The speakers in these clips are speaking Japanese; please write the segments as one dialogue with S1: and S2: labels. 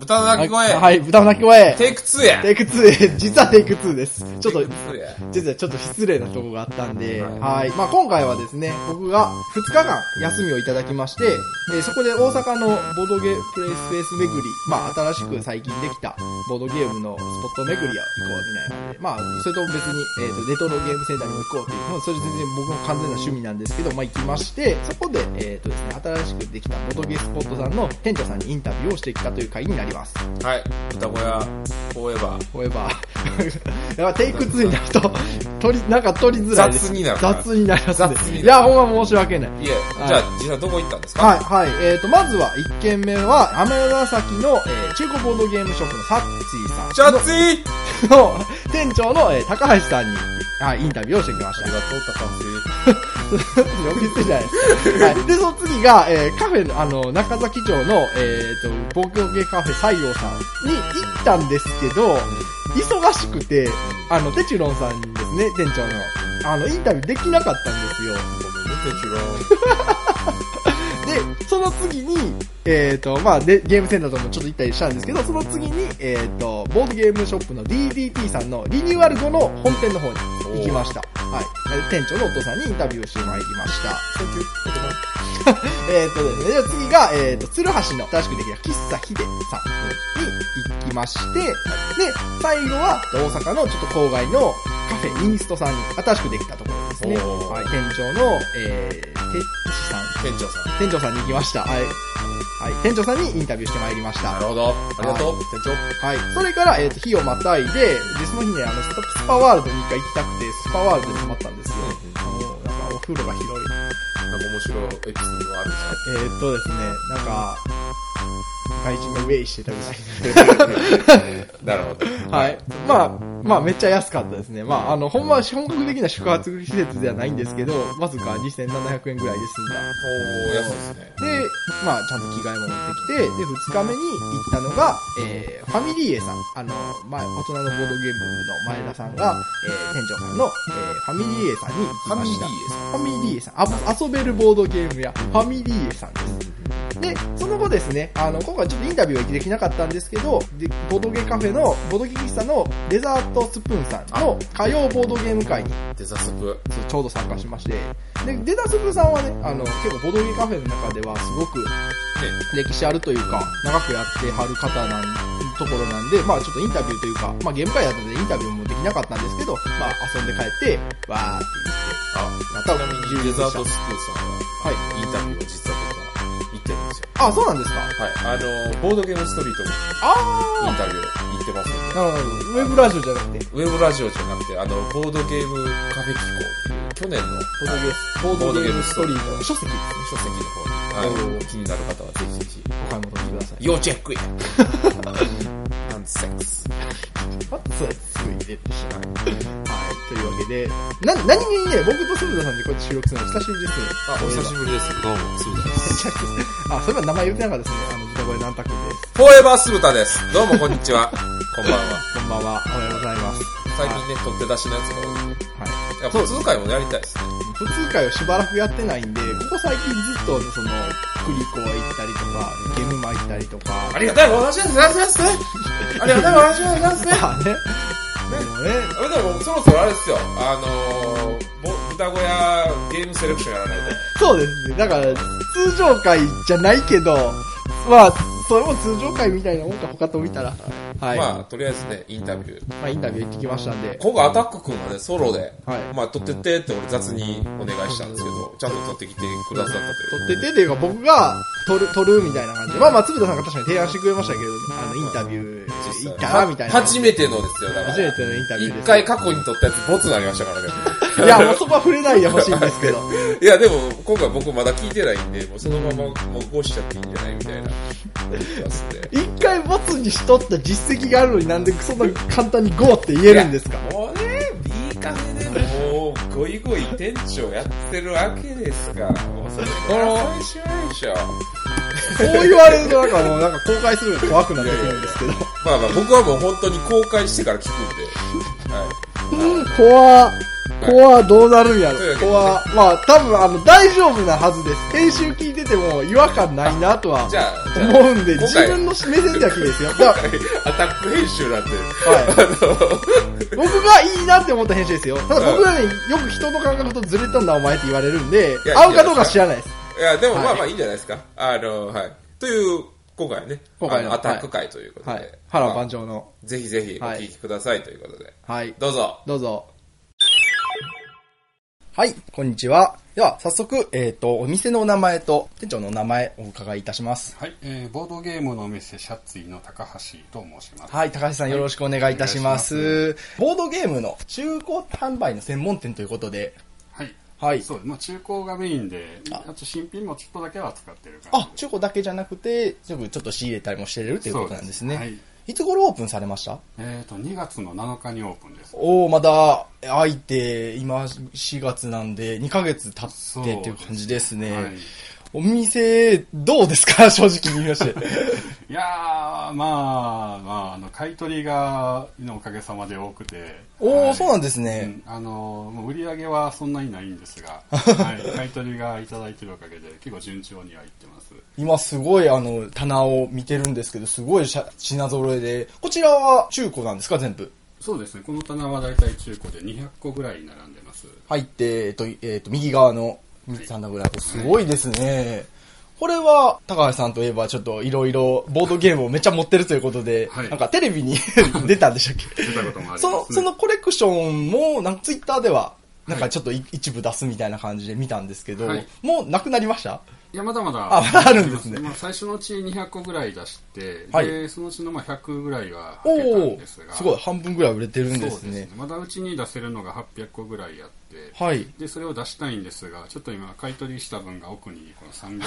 S1: 豚の鳴き声、
S2: はい、豚の鳴き声。
S1: テイク2や
S2: テイク2、実はテイク2です。ちょっと、
S1: 2や。
S2: 実はちょっと失礼なとこがあったんで、
S1: はい
S2: はい。まあ今回はですね、僕が2日間休みをいただきまして、えーそこで大阪のボードゲームプレイスペース巡り、まあ新しく最近できたボードゲームのスポット巡りを行こうみたいなんで、まあそれと別に、えーとレトロゲームセンターにも行こうっていう、もうそれ全然僕の完全な趣味なんですけど、まあ行きまして、そこで、えっ、とですね、新しくできたボードゲースポットさんの店長さんにインタビューをしてきたという回になります。
S1: はい。豚小屋、フォーエバー。
S2: ホエバー。 やばいテイク2になると、取り、なんか取りづらいです。
S1: 雑になる
S2: 雑になりますね
S1: 雑になる
S2: いや、ほんま申し訳ない。
S1: いえ、
S2: い
S1: じゃあ、実際どこ行ったんですか
S2: はい、はい。えっ、と、まずは1軒目は、雨崎の、えー中古ボードゲームショップのサッチ
S1: じゃあ、つい
S2: ーさんの、店長の、えー高橋さんに、はい、インタビューをしてきました。
S1: がとう、高橋。
S2: 呼び捨てじゃないですか。はい。で、その次が、えーカフェの、あの、中崎町の、えっ、と、ボードゲカフェ西洋さんに行ったんですけど、忙しくて、あの、テチュロンさんにですね、店長の、あの、インタビューできなかったんですよ。 で、その次に、えっ、と、まあ、で、ゲームセンターともちょっと行ったりしたんですけど、その次に、えっ、と、ボードゲームショップの DDT さんのリニューアル後の本店の方に行きました。はい。で店長のお父さんにインタビューをしてまいりました。 えっ、とですね、じゃあ次が、えっ、と、鶴橋の新しくできた喫茶ヒデさんに行きまして、で、最後は大阪のちょっと郊外のカフェインストさんに新しくできたところですね。
S1: おー
S2: はい、店長の、えー、てっちさん。
S1: 店長さん。
S2: 店長さんに行きました。はい。はい、店長さんにインタビューしてまいりました。
S1: なるほど。ありがとう、店長。
S2: はい。それから、えっ、と、日をまたいで、で、その日ね、あの、スパスパワールドに一回行きたくて、スパワールドに泊まったんですよ。あの、なんかお風呂が広い。
S1: なんか面白いエピソードがあるんですか
S2: えー、っとですね、なんか、外人のウェイしてたぐらい。
S1: なるほど。
S2: はい。まあ、まあ、めっちゃ安かったですね。まあ、あの、ほんま、本格的な宿泊施設ではないんですけど、わずか2700円ぐらいで済んだ。
S1: おー、安いですね。
S2: で、まあ、ちゃんと着替えも持ってきて、で、2日目に行ったのが、えー、ファミリーエさん。あの、まあ、大人のボードゲームの前田さんが、えー、店長さんの、えー、ファミリーエさんに行きました。ファミリーエさん。あ、遊べるボードゲームや、ファミリーエさんです。で、その後ですね、あの、今回ちょっとインタビューはできなかったんですけど、でボドゲカフェの、ボドゲ喫茶のデザートスプーンさんの火曜ボードゲーム会に
S1: デザスプ。
S2: そうちょうど参加しまして、で、デザスブさんはね、あの、結構ボドゲカフェの中ではすごく歴史あるというか、長くやってはる方なん、ところなんで、まあちょっとインタビューというか、まあゲーム会だったのでインタビューもできなかったんですけど、まあ遊んで帰って、わーって
S1: あ、
S2: 言っ
S1: ち
S2: て、や
S1: な
S2: った
S1: みにデザートスプーンさんは、
S2: はい。
S1: インタビューを実は僕は行ってるんですよ。
S2: あ、そうなんですか
S1: はい。あの、ボードゲームストリートにイン
S2: あ
S1: タビュー行ってます
S2: ー
S1: ので、
S2: なるほど。ウェブラジオじゃなくて、
S1: ウェブラジオじゃなくて、あの、ボードゲームカフェ機構っていう、去年の
S2: ボードゲーム、ボードゲームストリート、書籍ですね。
S1: 書籍の方に、あの、気になる方はぜひぜひ、
S2: お買い求めください。
S1: 要チェッ クやハンセックス。
S2: まずそれすぐ入れてしまう。はい。というわけで、な、何気にね、僕と鈴田さんでこうやって収録するの久しぶりですね。
S1: あ、お久し
S2: ぶ
S1: ぶりです。どうも、すぶたです。
S2: り。あ、そういえば名前言ってなかったですね。あの、豚声なんたくんです。
S1: フォーエバーすぶたです。どうも、こんにちは。こんばんは。
S2: こんばんは。おはようございます。
S1: 最近ね、取って出しのやつが多い。
S2: はい。
S1: いや、普通会もやりたいですね。
S2: 普通会をしばらくやってないんで、ここ最近ずっと、その、クリコへ行ったりとか、ゲムマ行ったりとか。
S1: ありがたいお話です。ありがたいですね。ありがたいお話ですね。
S2: あね。もうね。
S1: あでも、そろそろあれですよ。あのー、ぼ豚小屋ゲームセレクションやらないと。
S2: そうですね。だから、通常会じゃないけど、まあ、それも通常会みたいなもんか、他と見たら。はい。
S1: まあ、とりあえずね、インタビュー。
S2: まあ、インタビュー行ってきましたんで。
S1: 今回アタック君がね、ソロで、
S2: はい
S1: まあ、撮ってってって俺雑にお願いしたんですけど、ちゃんと撮ってきてくださったという。
S2: 撮っててっていうか僕が撮る、撮るみたいな感じで。まあまあ、つぶたさんが確かに提案してくれましたけど、あの、インタビュー行ったらみたいな。
S1: 初めてのですよ、だから。
S2: 初めてのインタビュー
S1: 一
S2: です。
S1: 回過去に撮ったやつボツになりましたからね。
S2: いや、もうそこは触れないでほしいんですけど。
S1: いや、でも、今回僕まだ聞いてないんで、もうそのままもうこうしちゃっていいんじゃないみたいな。ますね
S2: 一回ボツにしとった実績があるのになんでそんな簡単に GO って言えるんですか
S1: もうね、いいカフェでもう、ゴイゴイ店長やってるわけですから、もうそれから最初ないでしょ。
S2: そう言われるとなんかもうなんか公開するの怖くなってくるんですけど。
S1: まあまあ、僕はもう本当に公開してから聞くんで。はい。
S2: 怖っ。ここはどうなるんやろ
S1: そうや。けど
S2: ここ
S1: ね
S2: は、まあ、多分、あの、大丈夫なはずです。編集聞いてても違和感ないなとは
S1: じゃあ、じゃあ
S2: 思うんで、
S1: 今
S2: 自
S1: 回
S2: 分の目線では綺麗ですよ。だか
S1: アタック編集なんて、
S2: ら、はい。
S1: あの、
S2: 僕がいいなって思った編集ですよ。ただ僕はね、よく人の感覚とずれとんだお前って言われるんで
S1: い、や
S2: 合うかどうか知らないです。
S1: いや、でも
S2: はい
S1: まあまあいいんじゃないですか。あの、はい。という、今回はね、
S2: 今回の
S1: あのアタック会ということで、
S2: はい。原
S1: まあ
S2: 番長の。
S1: ぜひぜひお
S2: はい
S1: 聞きくださいということで、
S2: はい。
S1: どうぞ。
S2: どうぞ。はい、こんにちは。では、早速、えっ、と、お店のお名前と店長のお名前お伺いいたします。
S3: はい、えーボードゲームのお店シャツイの高橋と申します。
S2: はい、高橋さんよろしくお願いいたします。ボ
S3: お
S2: ードゲームの中古販売の専門店ということで、
S3: はい。
S2: はい。
S3: そう、まあ中古がメインで、
S2: あ
S3: あと新品もちょっとだけは扱ってる感
S2: あ、中古だけじゃなくて、すぐちょっと仕入れたりもしてれるということなんですね。
S3: そうです
S2: いつ頃オープンされました
S3: じ。えっ、と、2月の7日にオープンです。
S2: おおまだ空いて、今4月なんで、2ヶ月経
S3: そう
S2: ってっていう感じですね。
S3: はい、
S2: お店、どうですか 正直に言いまして。
S3: いやー、まあ、まあ、あの、買い取りが、のおかげさまで多くて。
S2: おお、
S3: はい
S2: そうなんです
S3: う
S2: ね。
S3: んあのもう売り上げはそんなにないんで すが、はい、買い取りがいただいてるおかげで結構順調にはいってます
S2: 今すごいあの、棚を見てるんですけど、すごいしゃ品揃えで、こちらは中古なんですか全部。
S3: そうですねこの棚は大体中古で200個ぐらい並んでます
S2: 入って、えっと、えっと、右側の棚ぐらい。すごいですね。これは、高橋さんといえば、ちょっといろいろ、ボードゲームをめっちゃ持ってるということで、
S3: はい
S2: なんかテレビに 出たんでしたっけ
S3: 出たこともあります、
S2: そ
S3: ね、
S2: の、そのコレクションも、なんかツイッターでは、なんかちょっとい、一部出すみたいな感じで見たんですけど、
S3: はい
S2: もうなくなりました
S3: いや、まだまだ。
S2: あまだあるんですね
S3: まあ、最初のうち200個ぐらい出して、
S2: はい
S3: で、そのうちのまあ100ぐらいは
S2: お
S3: 開けたん
S2: お
S3: ですが。
S2: すごい、半分ぐらい売れてるんです
S3: そうで
S2: ね
S3: すね。。まだうちに出せるのが800個ぐらいあって、
S2: はい。
S3: で、それを出したいんですが、ちょっと今、買い取りした分が奥にこの300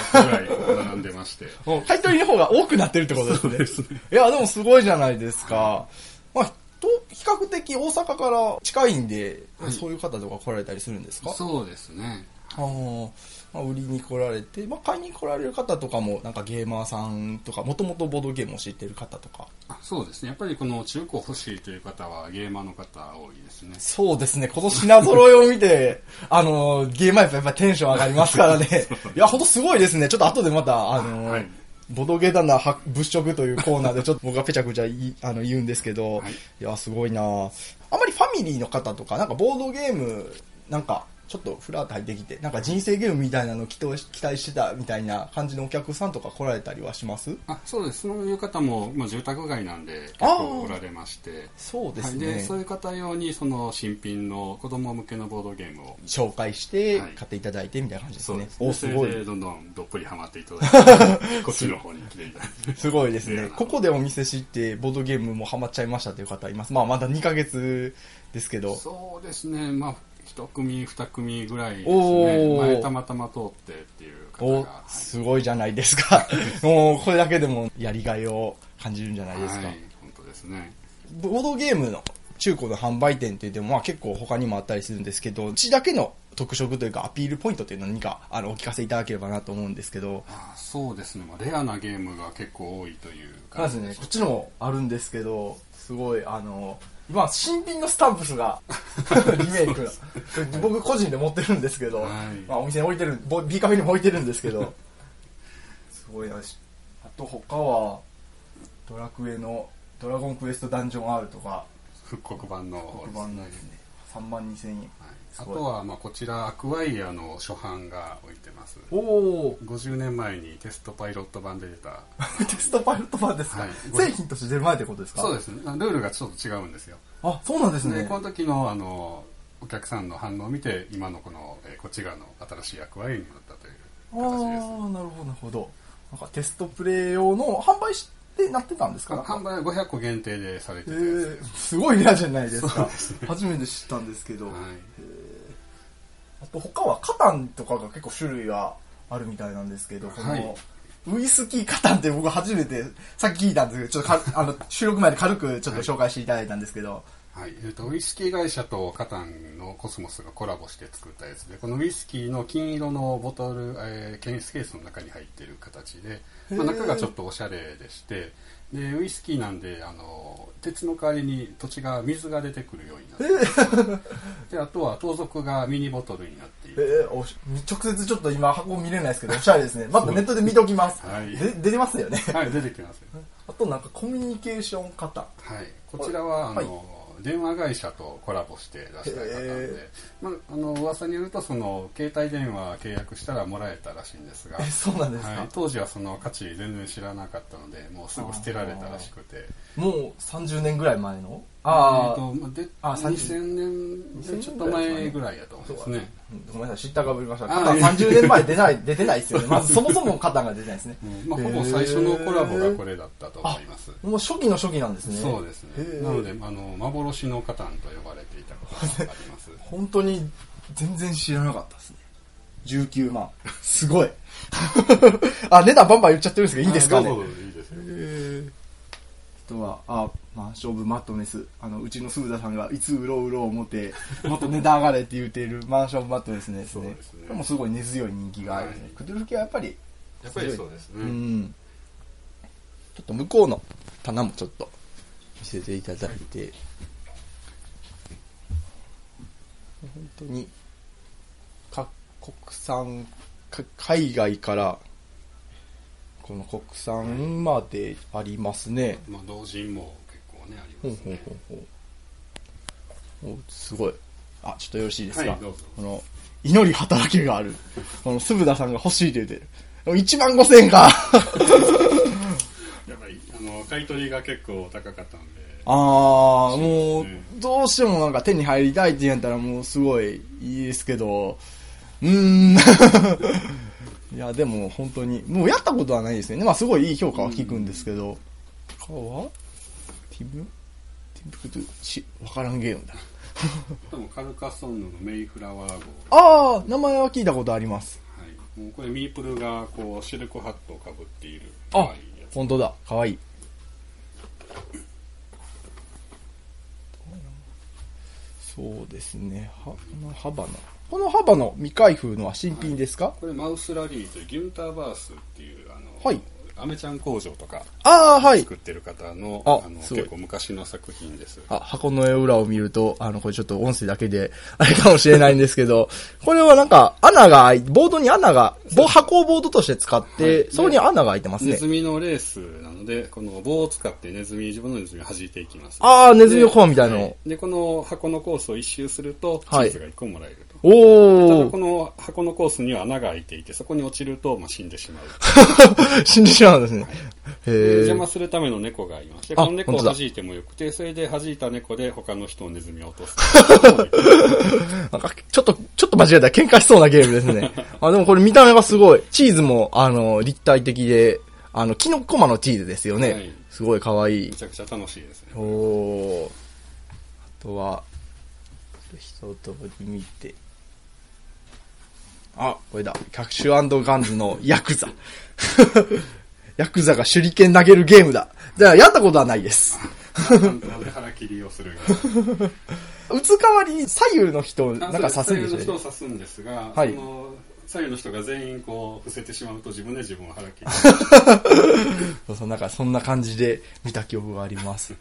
S3: ぐらい並んで まして。
S2: 買い取りの方が多くなってるってことですね。いや、でもすごいじゃないですか。まあ、と比較的大阪から近いんで、
S3: はい
S2: そういう方とか来られたりするんですか
S3: そうですね。
S2: あーまあ、売りに来られて、まあ、買いに来られる方とかも、なんかゲーマーさんとか、もともとボードゲームを知ってる方とか。
S3: あそうですね。やっぱりこの中古欲しいという方はゲーマーの方多いですね。
S2: そうですね、この品揃えを見て、 あのー、ゲーマーやっぱやっぱテンション上がりますから ね。いや、ほんとすごいですね。ちょっと後でまた、あのー
S3: はい
S2: ボドゲ棚は物色というコーナー でちょっと僕がぺちゃくちゃいあの言うんですけど、
S3: はい
S2: い、や、すごいなああんまりファミリーの方とか、なんかボードゲーム、なんか、ちょっとフラート入ってきて、なんか人生ゲームみたいなのを期待し期待してたみたいな感じのお客さんとか来られたりはします
S3: あ、そうです。そういう方も、まあ、住宅街なんで、結
S2: あー
S3: 構おられまして。
S2: そうで
S3: は
S2: す
S3: い、
S2: ね。
S3: でそういう方用にその新品の子供向けのボードゲームを
S2: 紹介して
S3: はい、
S2: 買っていただいてみたいな感じですね。
S3: お
S2: お、すご
S3: それ
S2: い
S3: で。どんどんどっぷりハマっていただい てこっちの方に来ていただいて
S2: すごいですね
S3: ね。
S2: ここでお店知って、ボードゲームもハマっちゃいましたという方います。まあ、まだ2ヶ月ですけど。
S3: そうですねまあ一組二組ぐらいです
S2: お
S3: ね
S2: ー
S3: 前たまたま通ってっていう方
S2: お
S3: が、
S2: すごいじゃないです か。もう、これだけでもやりがいを感じるんじゃない
S3: はい、
S2: ですか。
S3: はい本当ですね
S2: ボードゲームの中古の販売店って言っても、まあ結構他にもあったりするんですけど、うちだけの特色というかアピールポイントというのを何か、あの、お聞かせいただければなと思うんですけど。
S3: あそうですね、まあ、レアなゲームが結構多いという
S2: そう
S3: 感
S2: です
S3: じ
S2: ね、こっちのもあるんですけど、すごい、あの、今、新品のスタンプス が、リメイクが。僕個人で持ってるんですけど、
S3: はい
S2: まあお店に置いてる、ボ B カフェにも置いてるんですけ ど、すごいなし。あと他は、ドラクエの、ドラゴンクエストダンジョン R とか、
S3: 復刻版の
S2: 黒
S3: 方です
S2: 板のですね、3万2000円。
S3: はい
S2: す
S3: あ
S2: ごい
S3: とはまあこちらアクワイアの初版が置いてます
S2: おお
S3: 50年前にテストパイロット版で出た
S2: テストパイロット版ですか、
S3: はい
S2: 製品として出る前ってことですか
S3: そうですねルールがちょっと違うんですよ
S2: あ、そうなんです
S3: で
S2: ね
S3: こ。の時のあのお客さんの反応を見て今のこの、えーこっち側の新しい役割になったという
S2: ああ
S3: 形です
S2: ーなるほどなるほどなんかテストプレイ用の販売してなってたんですか
S3: 販売500個限定でされて
S2: え
S3: たやつ
S2: ー、すごいレアじゃないです
S3: そう
S2: か
S3: です
S2: 初めて知ったんですけど、
S3: はい
S2: あと他はカタンとかが結構種類があるみたいなんですけどこの、
S3: はい
S2: ウイスキーカタンって僕初めてさっき聞いたんですけどちょっとかあの収録前で軽くちょっと紹介していただいたんですけど、
S3: はいえー、とウイスキー会社とカタンのコスモスがコラボして作ったやつでこのウイスキーの金色のボトル、えーケースケースの中に入っている形で、まあ、中がちょっとおしゃれでして、でウイスキーなんであの鉄の代わりに土地が水が出てくるようになってであとは盗賊がミニボトルになってい
S2: え
S3: る
S2: ー、おし直接ちょっと今箱見れないですけど、おしゃれですね。またネットで見ておきます。
S3: はい
S2: で出てますよね。
S3: はい出てきますよ
S2: あとなんかコミュニケーション方。
S3: はいこちらはあの、
S2: はい
S3: 電話会社とコラボして出した方なんで
S2: へ、
S3: まあ、あの噂によるとその携帯電話契約したらもらえたらしいんですが
S2: え、そうなんですか、
S3: はい、当時はその価値全然知らなかったのでもうすぐ捨てられたらしくて
S2: もう30年ぐらい前の
S3: え
S2: あ
S3: ー
S2: あ、
S3: とまあで
S2: あ
S3: 2000年ちょっと前ぐらいやと思うんですね
S2: ごめんなさい、知ったかぶりました。
S3: あ
S2: 肩
S3: ーいえ
S2: 30年前出ない、出てないですよね。まずそもそも肩が出てないですね。
S3: うんまあ、ほぼ最初のコラボがこれだったと思います、
S2: もう初期の初期なんですね。
S3: そうです
S2: へ
S3: ね
S2: ー
S3: なのであの幻のカタンと呼ばれていたことがあります
S2: 本当に全然知らなかったですね。19万。すごい。 あ、値段バンバン言っちゃってるんですけど、いいですかね
S3: あ。どうぞいいですよ
S2: あとは、あ、まあ、勝負マットネス。あの、うちの鈴田さんが、いつうろうろ思って、もっと値段上がれって言っているマンションマットネスです
S3: そう
S2: ね
S3: で。すね
S2: これもすごい根強い人気があるんですね
S3: は。い
S2: クトゥルフ系はやっぱり、
S1: やっぱりそうです
S2: う
S1: ね。
S2: ん。ちょっと向こうの棚もちょっと見せていただいて、本当に、各国産、か海外から、この国産までありますね。
S3: まあ、同人も結構ねあ
S2: ほう
S3: ります
S2: ほう
S3: ね
S2: ほうほう。おすごい。あ、ちょっとよろしいですか。
S3: はいどうぞ
S2: この、祈り働きがある。この、鈴田さんが欲しいって言ってる。1万5千円か
S3: やっぱりあの買い取りが結構高かったんで
S2: あー、も
S3: う
S2: う
S3: ですね、
S2: どうしてもなんか手に入りたいって言うんやったらもうすごいいいですけど、うー ん。いや、でも本当に、もうやったことはないですよね。まあすごいいい評価は聞くんですけど。他はティムティムクトゥし、わからんゲームだ。
S3: あともカルカソンヌのメイフラワー号
S2: ああ、名前は聞いたことあります。
S3: はい、もうこれミープルがこうシルクハットをかぶっている
S2: あ
S3: 可愛いやつ
S2: 本当だ。かわいい。そうですね。は、このハバナ。このハバナ未開封のは新品ですか、
S3: これマウスラリーというギュンターバースっていうあの、
S2: はい
S3: アメちゃん工場とか
S2: ああ、はい
S3: 作。ってる方の,、
S2: あ
S3: あの
S2: すごい
S3: 結構昔の作品です
S2: あ、箱の絵裏を見ると、あの、これちょっと音声だけで、あれかもしれないんですけど、これはなんか、穴が開い、ボードに穴が、ぼ箱をボードとして使って、
S3: はい
S2: そこに穴が開いてます
S3: ネ
S2: ね
S3: ズ。ミのレースなのでこの棒を使ってネズミ自分のネズミを弾いていきます
S2: ああ、ネズミの
S3: コ
S2: コ
S3: ア
S2: アみたいなの。
S3: でこの箱のコースを一周するとチ
S2: はい
S3: ーズが1個もらえると、ただ
S2: おー、
S3: この箱のコースには穴が開いていてそこに落ちると、まあ、死んでしまう
S2: 死んでしまうんですね。へ
S3: で
S2: ー
S3: 邪魔するための猫がいまして、
S2: あ
S3: この猫を
S2: 本当
S3: 弾
S2: だ
S3: いてもよくて、それで弾いた猫で他の人をネズミを落と す。
S2: なんか、ちょっと、ちょっと間違えたら喧嘩しそうなゲームです ね。あ、でもこれ見た目がすごい。チーズも、あの、立体的で、あの、キノコマのチーズですよね。
S3: はい
S2: すごい可愛い
S3: めち。ゃくちゃ楽しいですね。
S2: おー。あとは、一通り見て。あ、これだ。キャッシュガンズのヤクザ。 ヤクザが手裏剣投げるゲームだ。だからやったことはないです。
S3: 腹切りをするが。
S2: 打つ代わりに左右の人を なんか刺すん
S3: 左
S2: で
S3: 右
S2: すよ
S3: の
S2: ね
S3: 人を刺すんですが、
S2: はい
S3: その左右の人が全員こう伏せてしまうと自分で自分を腹切り。
S2: そうそう、なんかそんな感じで見た記憶があり ます。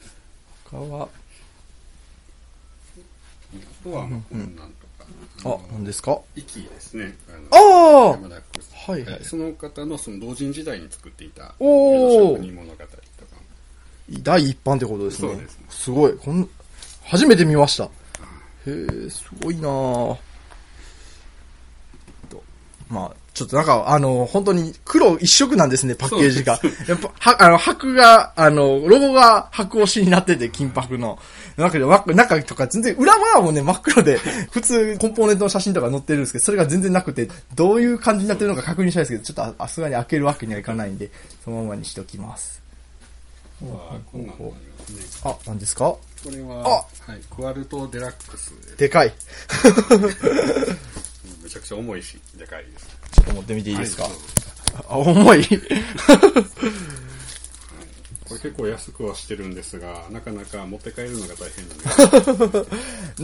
S2: 他は、
S3: あとはまあこんなんとか。
S2: あ、何ですか
S3: 息ですね。
S2: あ
S3: の
S2: あ
S3: 山田君
S2: はいはい
S3: その方のその同人時代に作っていた、
S2: おー
S3: 江戸職人物語とか。
S2: 第一版ってことですね。
S3: そうですね
S2: すごい。こん、初めて見ました。へえ、すごいなあとまあ、ちょっとなんか、あの、本当に黒一色なんですね、パッケージが。やっぱ、は、あの、箔が、あの、ロゴが白押しになってて、金箔の。なんかで、わ中とか全然、裏側もね、真っ黒 で、普通、コンポーネントの写真とか載ってるんですけど、それが全然なくて、どういう感じになってるのか確認したいですけど、ちょっとあ、さすがに開けるわけにはいかないんで、そのままにしておきます。
S3: あとはこんなんもありますね。
S2: あ、何ですか
S3: これは、はい、クワルトデラックスです。
S2: でかい。
S3: めちゃくちゃ重いし、でかいです。
S2: ちょっと持ってみていいですか、
S3: はい
S2: あ、重い
S3: これ結構安くはしてるんですが、なかなか持って帰るのが大変なんで、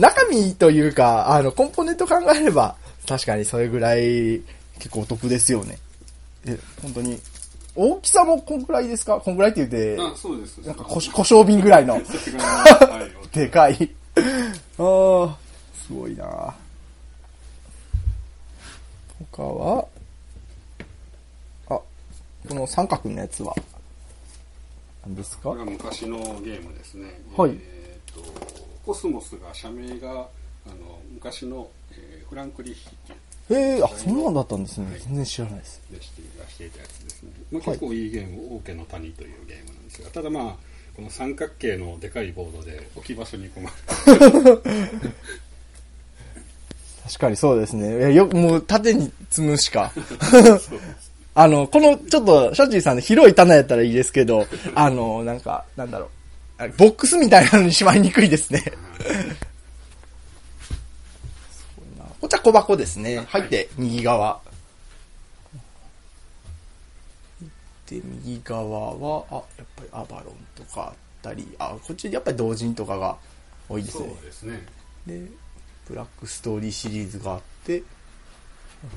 S2: 中身というか、あの、コンポーネント考えれば、確かにそれぐらい、結構お得ですよね。え、本当に、大きさもこんくらいですかこんくらいって言って、
S3: あ、そうです。
S2: なんかこし胡椒瓶ぐらいの、
S3: はい
S2: でかい。ああ、すごいな他は、あ、この三角のやつは、何ですか
S3: これが昔のゲームですね。
S2: はい
S3: えーとコスモスが社名があの昔の、えーフランクリッヒ
S2: ええあ、そんなんだったんですね。全然知らないです。
S3: でして出していたやつですね。まあ、結構いいゲーム、王家の谷というゲームなんですが、ただまあこの三角形のでかいボードで置き場所に困る。
S2: 確かにそうですね。いやよくもう縦に積むしか。 あの、この、ちょっと、シャチーさんの広い棚やったらいいですけど、あの、なんか、なんだろう。あボックスみたいなのにしまいにくいです ね。すごいなこっちは小箱ですね。入って、右側。で、右側は、あ、やっぱりアバロンとかあったり、あ、こっちやっぱり同人とかが多いです
S3: そう
S2: ね。
S3: ですね。
S2: で、ブラックストーリーシリーズがあって、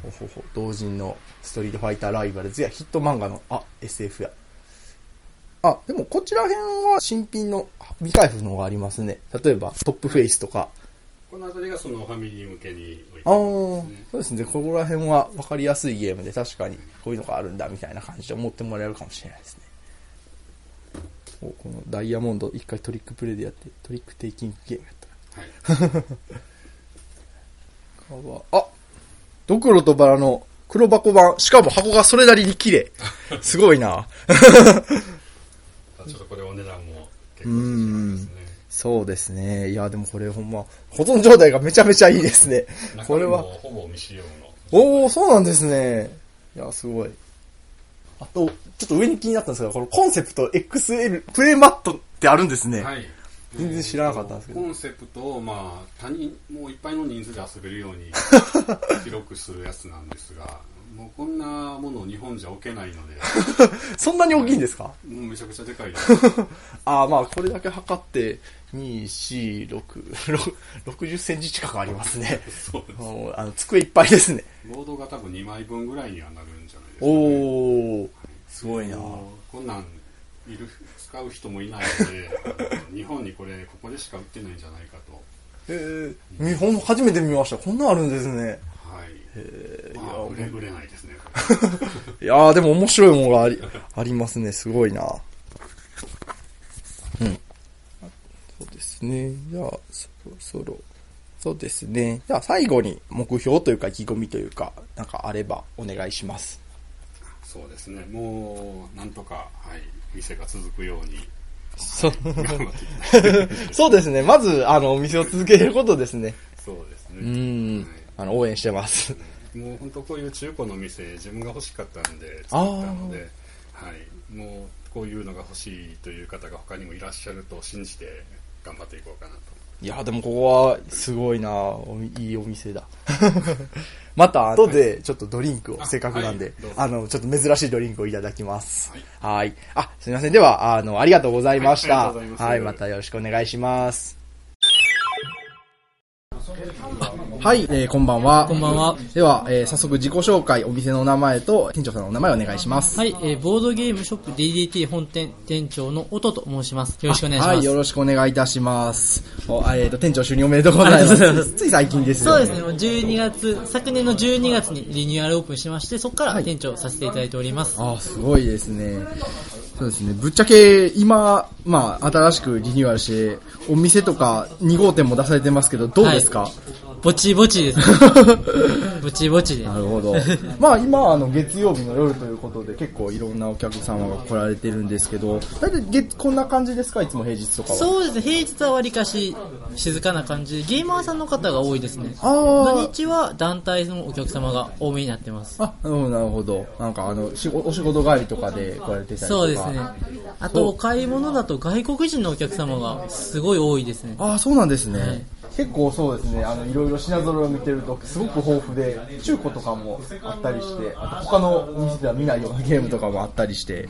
S2: ほほほ、同人のストリートファイターライバルズやヒット漫画の、あ、SF や。あ、でもこちら辺は新品の未開封のがありますね。例えば、トップフェイスとか。
S3: この辺りがそのファミリー向けに置いて
S2: ああ、
S3: あ
S2: そ
S3: りますね
S2: うですね。ここら辺は分かりやすいゲームで確かにこういうのがあるんだみたいな感じで思ってもらえるかもしれないですね。おこのダイヤモンド一回トリックプレイでやって、トリックテイキングゲームやった。
S3: はい。
S2: カバーあドクロとバラの黒箱版。しかも箱がそれなりに綺 麗。すごいな。
S3: ただちょっとこれお値段も
S2: う
S3: 結構しま
S2: ん
S3: す。ね。
S2: そうですね。いや、でもこれほんま、保存状態がめちゃめちゃいいですね。これは
S3: 中身もほぼ未使用の。
S2: おー、そうなんですね。いや、すごい。あと、ちょっと上に気になったんですが、このコンセプト XL、プレイマットってあるんですね。
S3: はい。
S2: 全然知らなかったんですけど
S3: コンセプトを、まあ、他人、もういっぱいの人数で遊べるよ うに広くするやつなんですが、もうこんなものを日本じゃ置けない ので、
S2: そんなに大きいんですか
S3: もうめちゃくちゃでかいです。
S2: ああ、まあ、これだけ測って、2、4、6、6 60センチ近くありますね。
S3: そうです。
S2: もうあの机いっぱいですね。
S3: ボードが多分2枚分ぐらいにはなるんじゃないですか、ね。
S2: おー、すごいな。
S3: もうこんなん、いる、使う人もいないので、あの日本にこれ、ここでしか売ってないんじゃないかと。
S2: えー、みほん初めて見ました。こんなんあるんですね。
S3: はい。
S2: い
S3: ま
S2: や
S3: あ、売れ、売れないです ね。
S2: いやー、でも面白いものがあり、ありますね。すごいな。うん。そうですね。じゃあ、そろそろ。そうですね。じゃあ、最後に目標というか、意気込みというか、なんかあればお願いします。
S3: そうですね。もう、なんとか、はい、店が続くように
S2: そう、
S3: 頑張っていきたい。
S2: そうですね。まず、あの、お店を続けることですね。
S3: そうです
S2: う
S3: ね。
S2: ん。あの、応援してます。
S3: もう本当こういう中古の店、自分が欲しかったんで作ったので、はい、もうこういうのが欲しいという方が他にもいらっしゃると信じて頑張っていこうかなと。
S2: いや、でもここは、すごいなおいいお店 だ。また、後で、ちょっとドリンクを、
S3: あ
S2: せっかくなん
S3: は
S2: で
S3: いどう、ぞ
S2: あの、ちょっと珍しいドリンクをいただきます
S3: は
S2: は
S3: い。
S2: い。あ、すみません。では、あの、ありがとうございまし
S3: はいあ
S2: た。
S3: りがとうございます
S2: はい、またよろしくお願いします。はい、えーこんばんは。
S4: こんばんは。
S2: では、えー早速自己紹介、お店のお名前と、店長さんのお名前お願いします。
S4: はい、えーボードゲームショップ DDT 本店店長の音と申します。よろしくお願いします。
S2: はい、よろしくお願いいたします。おあえっ、と、店長就任おめでとうございま。
S4: ありがとうございますす
S2: つい最近ですよ
S4: そう
S2: ね。
S4: ですね、もう12月、昨年の12月にリニューアルオープンしまして、そこから店長させていただいております。
S2: ああ、すごいですね。そうですね。ぶっちゃけ、今、まあ、新しくリニューアルして、お店とか2号店も出されてますけど、どうですか、
S4: はいぼちぼち ですね。ぼちぼちで。
S2: なるほど。 まあ、今、あの、月曜日の夜ということで、結構いろんなお客様が来られてるんですけど、大体月、こんな感じですかいつも平日とかは。
S4: そうですね、平日はわりかし静かな感じで、ゲーマーさんの方が多いですね。
S2: あ
S4: 土日は団体のお客様が多めになってます。
S2: あ。あ、なるほど、なるほど。なんか、あの、しごお仕事帰りとかで来られてたりとか。
S4: そうですね。あと、お買い物だと外国人のお客様がすごい多いですね。
S2: ああ、そうなんです
S4: はい
S2: ね。結構そうですね、あの、いろいろ品揃えを見てると、すごく豊富で、中古とかもあったりして、あと他のお店では見ないようなゲームとかもあったりして、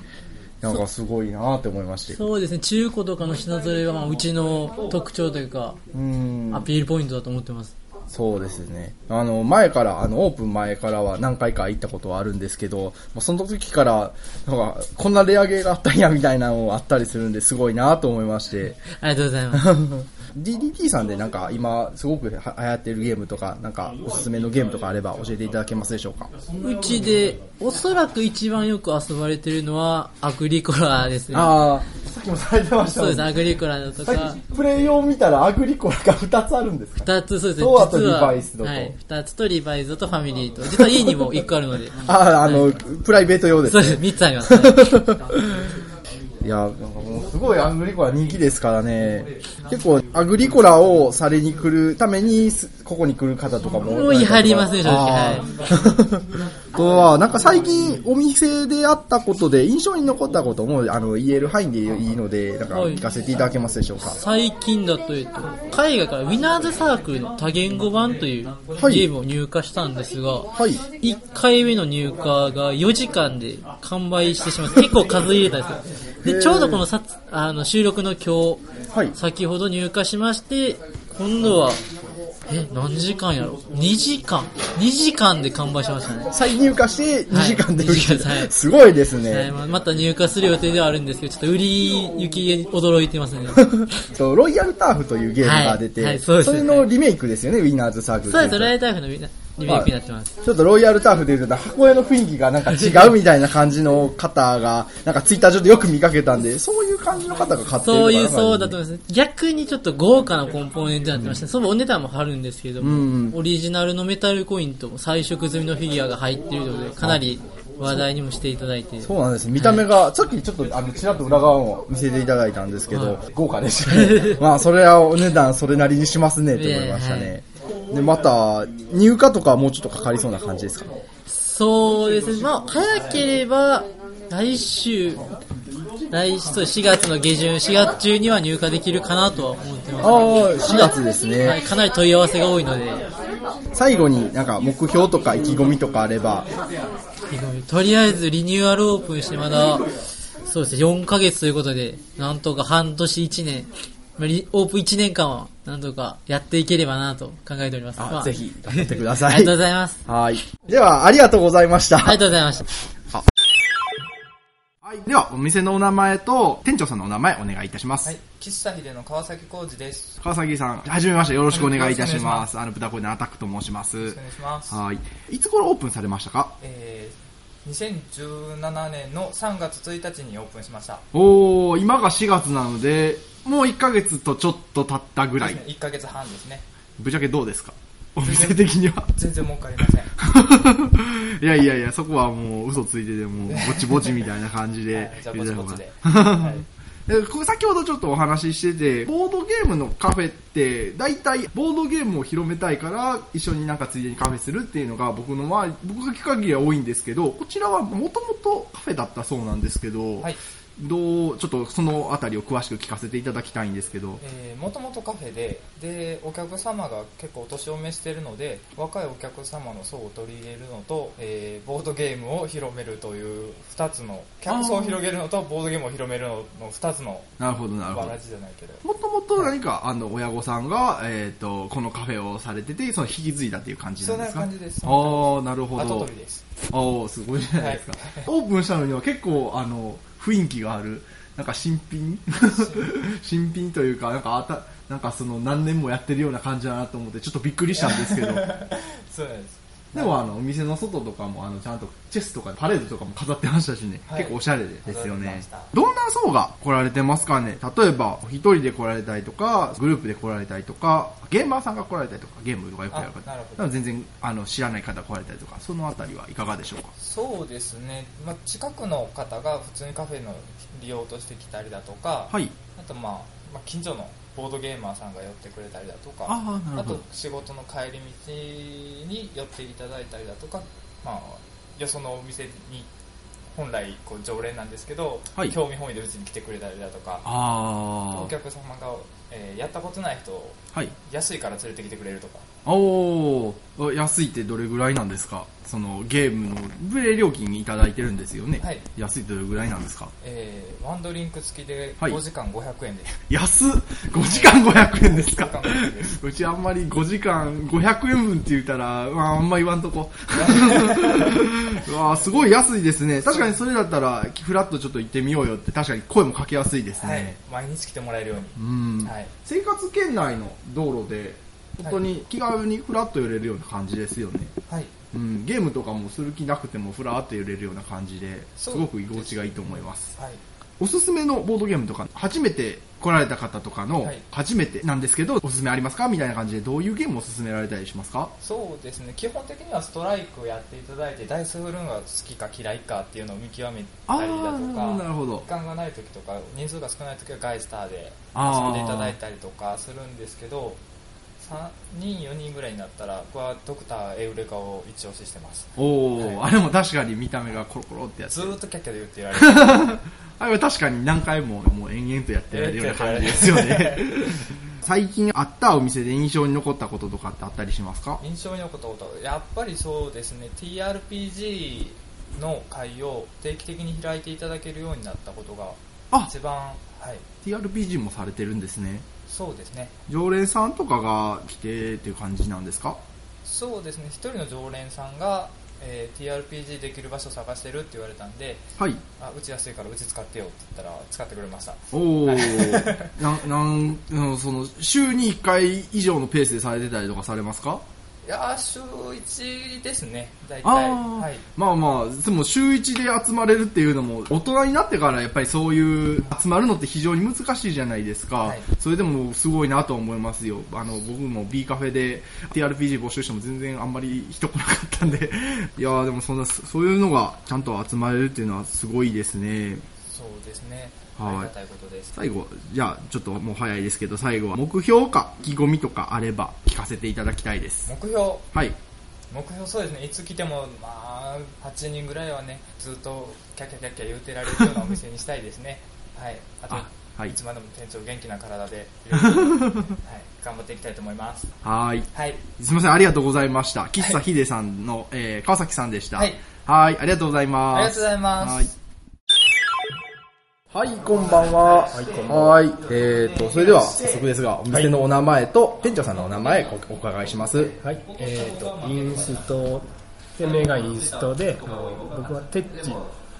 S2: なんかすごいなって思いまして。
S4: そうですね、中古とかの品揃えはまあうちの特徴というか、
S2: うん。
S4: アピールポイントだと思ってます。
S2: そうですね。あの、前から、あの、オープン前からは何回か行ったことはあるんですけど、もうその時から、なんか、こんなレアゲーがあったんや、みたいなのあったりするんで、すごいなと思いまして。
S4: ありがとうございます。
S2: DDT さんでなんか、今、すごくは流行ってるゲームとか、なんか、おすすめのゲームとかあれば教えていただけますでしょうか
S4: うちで、おそらく一番よく遊ばれてるのは、アグリコラですね。
S2: ああ、さっきもされてました
S4: そうです、アグリコラとか、
S2: プレイを見たらアグリコラが2つあるんですか
S4: 二つ、そうですね、
S2: そうあと
S4: 実
S2: リ
S4: は
S2: バイスドと
S4: はい、二つとリバイスドとファミリーと。実は家にも一個あるので。
S2: ああ、あの、プライベート用です
S4: そう
S2: ね
S4: で。す、三つあります、ね。
S2: いや、なんかもうすごいアグリコラ人気ですからね。結構、アグリコラをされに来るためにす、ここに来る方とかも。
S4: もう言い張りますね正直
S2: あーあ とは、なんか最近お店で会ったことで印象に残ったことも、あの、言える範囲でいいので、なんか聞かせていただけますでしょうか。
S4: 最近だと、えっと、海外からウィナーズサークルの多言語版とい
S2: い
S4: うゲームを入荷したんですが、
S2: はい。
S4: 1回目の入荷が4時間で完売してしまって、結構数入れたんですよ。で、ちょうどこのさつあの収録の今日、
S2: はい
S4: 先ほど入荷しまして、今度は、え、何時間やろ ?2 時間 ?2 時間で完売しましたね。
S2: 再入荷して2時間で売り切れた
S4: はい
S2: すごいですね。
S4: はいままた入荷する予定ではあるんですけど、ちょっと売り行きに驚いてますね。
S2: とロイヤルターフというゲームが出て、
S4: はいはいそうですね
S2: れのリメイクですよね、ウィナーズサークルと
S4: そ
S2: いうう
S4: で
S2: か。
S4: す、ライタイフのリメイクになってます。
S2: ちょっとロイヤルターフで言うと、箱絵の雰囲気がなんか違うみたいな感じの方が、なんかツイッター上でよく見かけたんで、そういう感じの方が買ってるの
S4: そう
S2: かな
S4: いう、そうだと思います。逆にちょっと豪華なコンポーネントになってましたね。そう、お値段も張るんですけども、
S2: うん
S4: オリジナルのメタルコインと彩色済みのフィギュアが入っているので、かなり話題にもしていただいて。
S2: そうなんです。見た目が、さっきちょっと、あの、ちらっと裏側も見せていただいたんですけど、豪華でした ね。まあ、それはお値段それなりにしますね、って思いましたね。で、また、入荷とかはもうちょっとかかりそうな感じですか
S4: そうですね。まあ、早ければ、来週、来週、そう4月の下旬、4月中には入荷できるかなとは思って
S2: ああ、
S4: ま
S2: 4月です
S4: す。は
S2: ね
S4: い、。かなり問い合わせが多いので、
S2: 最後になんか目標とか意気込みとかあれば、
S4: とりあえずリニューアルオープンしてまだ、そうですね、4ヶ月ということで、なんとか半年1年、まあリオープン1年間は、なんとかやっていければなと考えております。まあ、
S2: ぜひ、頑張ってくださ
S4: あ
S2: い。
S4: りがとうございます。
S2: はい。では、ありがとうございました。
S4: ありがとうございました。
S5: はい。では、お店のお名前と、店長さんのお名前お願いいたします。
S6: はい、岸田秀の川崎浩二です。
S5: 川崎さん、はじめまして。よろしくお願いいたし
S6: はいよろしくお願いし
S5: ま。
S6: ます
S5: あの、豚声のアタックと申します
S6: お。願いします。
S5: はい。いつ頃オープンされましたか
S6: えー、2017年の3月1日にオープンしました。
S5: おー、今が4月なので、もう1ヶ月とちょっと経ったぐらい。
S6: 1ヶ月半ですね。
S5: ぶっちゃけどうですかお店的には。
S6: 全然儲かりません。
S5: いやいやいや、そこはもう嘘ついてでも、ぼちぼちみたいな感じで
S6: はい。じゃあ
S5: 入
S6: ぼ
S5: れた
S6: ち
S5: 方
S6: ぼ
S5: が
S6: ちで。はい
S5: でこれ先ほどちょっとお話ししてて、ボードゲームのカフェって、大体ボードゲームを広めたいから、一緒になんかついでにカフェするっていうのが僕の周り、僕が聞く限りは多いんですけど、こちらはもともとカフェだったそうなんですけど、
S6: はい
S5: どう、ちょっとそのあたりを詳しく聞かせていただきたいんですけど、
S6: えー、もともとカフェで、で、お客様が結構お年を召してるので、若いお客様の層を取り入れるのと、えー、ボードゲームを広めるという2つの、客層を広げるのと、ボードゲームを広めるのの2つの、
S5: なるほどなるほ
S6: バ
S5: ど
S6: ラ。ジじゃないけど。
S5: もともと何か、あの、親御さんが、えっ、と、このカフェをされてて、その引き継いだっていう感じな
S6: そ
S5: ん
S6: ん
S5: で
S6: な
S5: すか
S6: 感じです。
S5: ああ、なるほ
S6: 後
S5: ど
S6: 取。りです。
S5: ああ、すごいじゃないですか。オープンしたのには結構、あの、雰囲気がある。なんか新 品新品というか、なんかあた、なんかその何年もやってるような感じだなと思って、ちょっとびっくりしたんですけ ど。
S6: そうなんです。
S5: でもあの、お店の外とかも、あの、ちゃんとチェスとかパレードとかも飾ってましたしね。
S6: はい
S5: 結構おしゃれですよ
S6: 飾ってま
S5: ね
S6: した。
S5: どんな層が来られてますかね例えば、お一人で来られたりとか、グループで来られたりとか、ゲーマーさんが来られたりとか、ゲームとかよくやる
S6: あなるほど
S5: 方。全然、あの、知らない方が来られたりとか、そのあたりはいかがでしょうか
S6: そうですね、まあ、近くの方が普通にカフェの利用として来たりだとか、
S5: はい。
S6: あと、まあ、まあ近所のボードゲーマーさんが寄ってくれたりだとか、
S5: ああ、なるほ
S6: と
S5: ど。
S6: 仕事の帰り道に寄っていただいたりだとか、まあ、よそのお店に本来こう常連なんですけど、
S5: はい
S6: 興味本位でうちに来てくれたりだとか、
S5: あ
S6: お客様が、えーやったことない人を
S5: あ、はい。
S6: 安いから連れてきてくれるとか、
S5: おー、
S2: あ安いってどれぐらいなんですかそのゲームのプレイ料金いただいてるんですよね、
S6: はい
S2: 安いってどれぐらいなんですか
S6: えーワンドリンク付きで
S2: はい
S6: 5時間500円で、
S2: 安っ !5 時間500円ですか
S6: 5時間500円です
S2: うちあんまり5時間500円分って言ったら、まあ、あんま言わんと こ。うわあすごい安いですね。確かにそれだったら、フラッとちょっと行ってみようよって、確かに声もかけやすいですね。
S6: はい、毎日来てもらえるように、
S2: うん
S6: はい、
S2: 生活圏内の道路で、本当に気軽にフラッと寄れるような感じですよね。
S6: はい、
S2: うん、ゲームとかもする気なくてもフラーって揺れるような感じですごく居心地がいいと思います
S6: はい、
S2: おすすめのボードゲームとか初めて来られた方とかの
S6: はい
S2: 初めてなんですけどおすすめありますかみたいな感じでどういうゲームをおすすめられたりしますか
S6: そうですね基本的にはストライクをやっていただいてダイス振るのが好きか嫌いかっていうのを見極め
S2: ああ
S6: たりだとか
S2: なるほど
S6: 時間がない時とか人数が少ない時はガイスターで
S2: あー
S6: 遊んでいただいたりとかするんですけど3人4人ぐらいになったら僕はドクターエウレカを一押ししてます
S2: おお、あれも確かに見た目がコロコロってやつ
S6: ずーっとキャッキャで言ってられる
S2: あれは確かに何回ももう延々とやってられるような感じですよね 最近あったお店で印象に残ったこととかってあったりしますか
S6: 印象に残ったことはやっぱりそうですね TRPG の会を定期的に開いていただけるようになったことが
S2: あ
S6: 一番はい
S2: TRPG もされてるんですね
S6: そうですね
S2: 常連さんとかが来てっていう感じなんですか
S6: そうですね一人の常連さんが、えー TRPG できる場所探してるって言われたんで
S2: はい。
S6: あうち安いからうち使ってよって言ったら使ってくれました
S2: お ー。なん、なんうん、その、週に1回以上のペースでされてたりとかされますか
S6: いやー週1ですね大体
S2: あー、
S6: はい
S2: まあまあ、でも週1で集まれるっていうのも、大人になってからやっぱりそういう、集まるのって非常に難しいじゃないですか。
S6: はい
S2: それでもすごいなと思いますよ。あの、僕も B カフェで TRPG 募集しても全然あんまり人来なかったんで、 いやーでもそんな、そういうのがちゃんと集まれるっていうのはすごいですね。
S6: そうですね
S2: は
S6: あ
S2: い
S6: りがたいことです
S2: 最後、じゃあ、ちょっともう早いですけど、最後は目標か、意気込みとかあれば聞かせていただきたいです。
S6: 目標
S2: はい。
S6: 目標そうですねいつ来てもまあ8人ぐらいはねずっとキャッキャキャッキャ言ってられるようなお店にしたいです ねはいあと
S2: あはい
S6: いつまでも店長元気な体でい ろいろ、はい、頑張っていきたいと思います
S2: はーい。
S6: はい
S2: すみません、ありがとうございました。喫茶ヒデさんの、えー、川崎さんでした。
S6: はい。
S2: はーい、ありがとうございます。
S6: ありがとうございます
S2: はーいはい、こんばんは。はい、えっ、と、それでは、早速ですが、お店のお名前と、店長さんのお名前、おお伺いします。
S7: はい、えっ、と、インスト、店名がインストで、あの僕はテッチ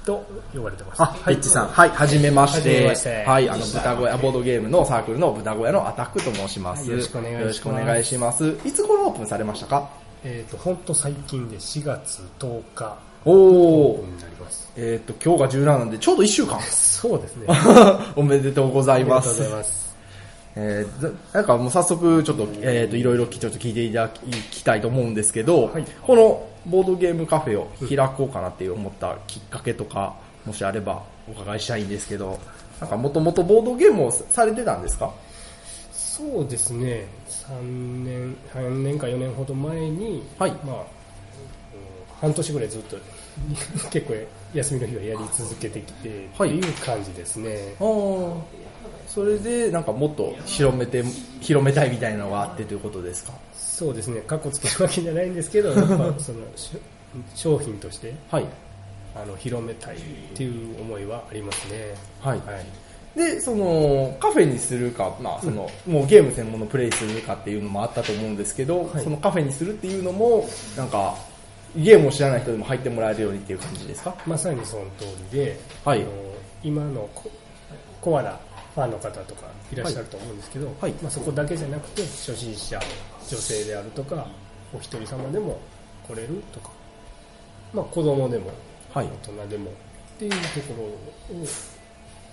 S7: と呼ばれてます。
S2: あ、はい、ちさん。はい、はじめまし
S7: はじ
S2: て。
S7: めまして
S2: はい、あの、豚小屋、ボードゲームのサークルの豚小屋のアタックと申します。
S7: はいよろしくお願いします
S2: よろしくお願いします。いつ頃オープンされましたか
S7: えっ、と、ほんと最近で4月10日
S2: おお。
S7: になります。
S2: えっ、と、今日が17なんで、ちょうど1週間。
S7: そうですね。
S2: おめでとうござ
S7: あ
S2: い
S7: りが
S2: ま
S7: とう
S2: す
S7: ご。ざいます。
S2: えー、ずなんかもう早速、ちょっと、えっ、と、いろいろきちょっと聞いていただききたいと思うんですけど、
S7: はい
S2: このボードゲームカフェを開こうかなって思ったきっかけとか、もしあればお伺いしたいんですけど、なんかもともとボードゲームをされてたんですか
S7: そうですね、3年、3年か4年ほど前に、
S2: はい
S7: まあ、うん半年ぐらいずっと 結構休みの日はやり続けてきてって
S2: はい
S7: いう感じですね。
S2: あそれでなんかもっと広めて広めたいみたいなのがあってということですか
S7: そうですね、かっこつけるわけじゃないんですけど、やっぱそのし商品として
S2: はい
S7: あの広めたいっていう思いはありますね。
S2: はい
S7: はい、
S2: でそのカフェにするか、まあそのもうゲーム専門のプレイするかっていうのもあったと思うんですけど、
S7: はい
S2: そのカフェにするっていうのもなんかゲームを知らない人でも入ってもらえるようにっていう感じですか
S7: まさにその通りで、
S2: はい
S7: あの今のココアなファンの方とかいらっしゃると思うんですけど、
S2: はい
S7: まあ、そこだけじゃなくて初心者女性であるとかお一人様でも来れるとか、まあ、子供でも
S2: はい
S7: 大人でもっていうところを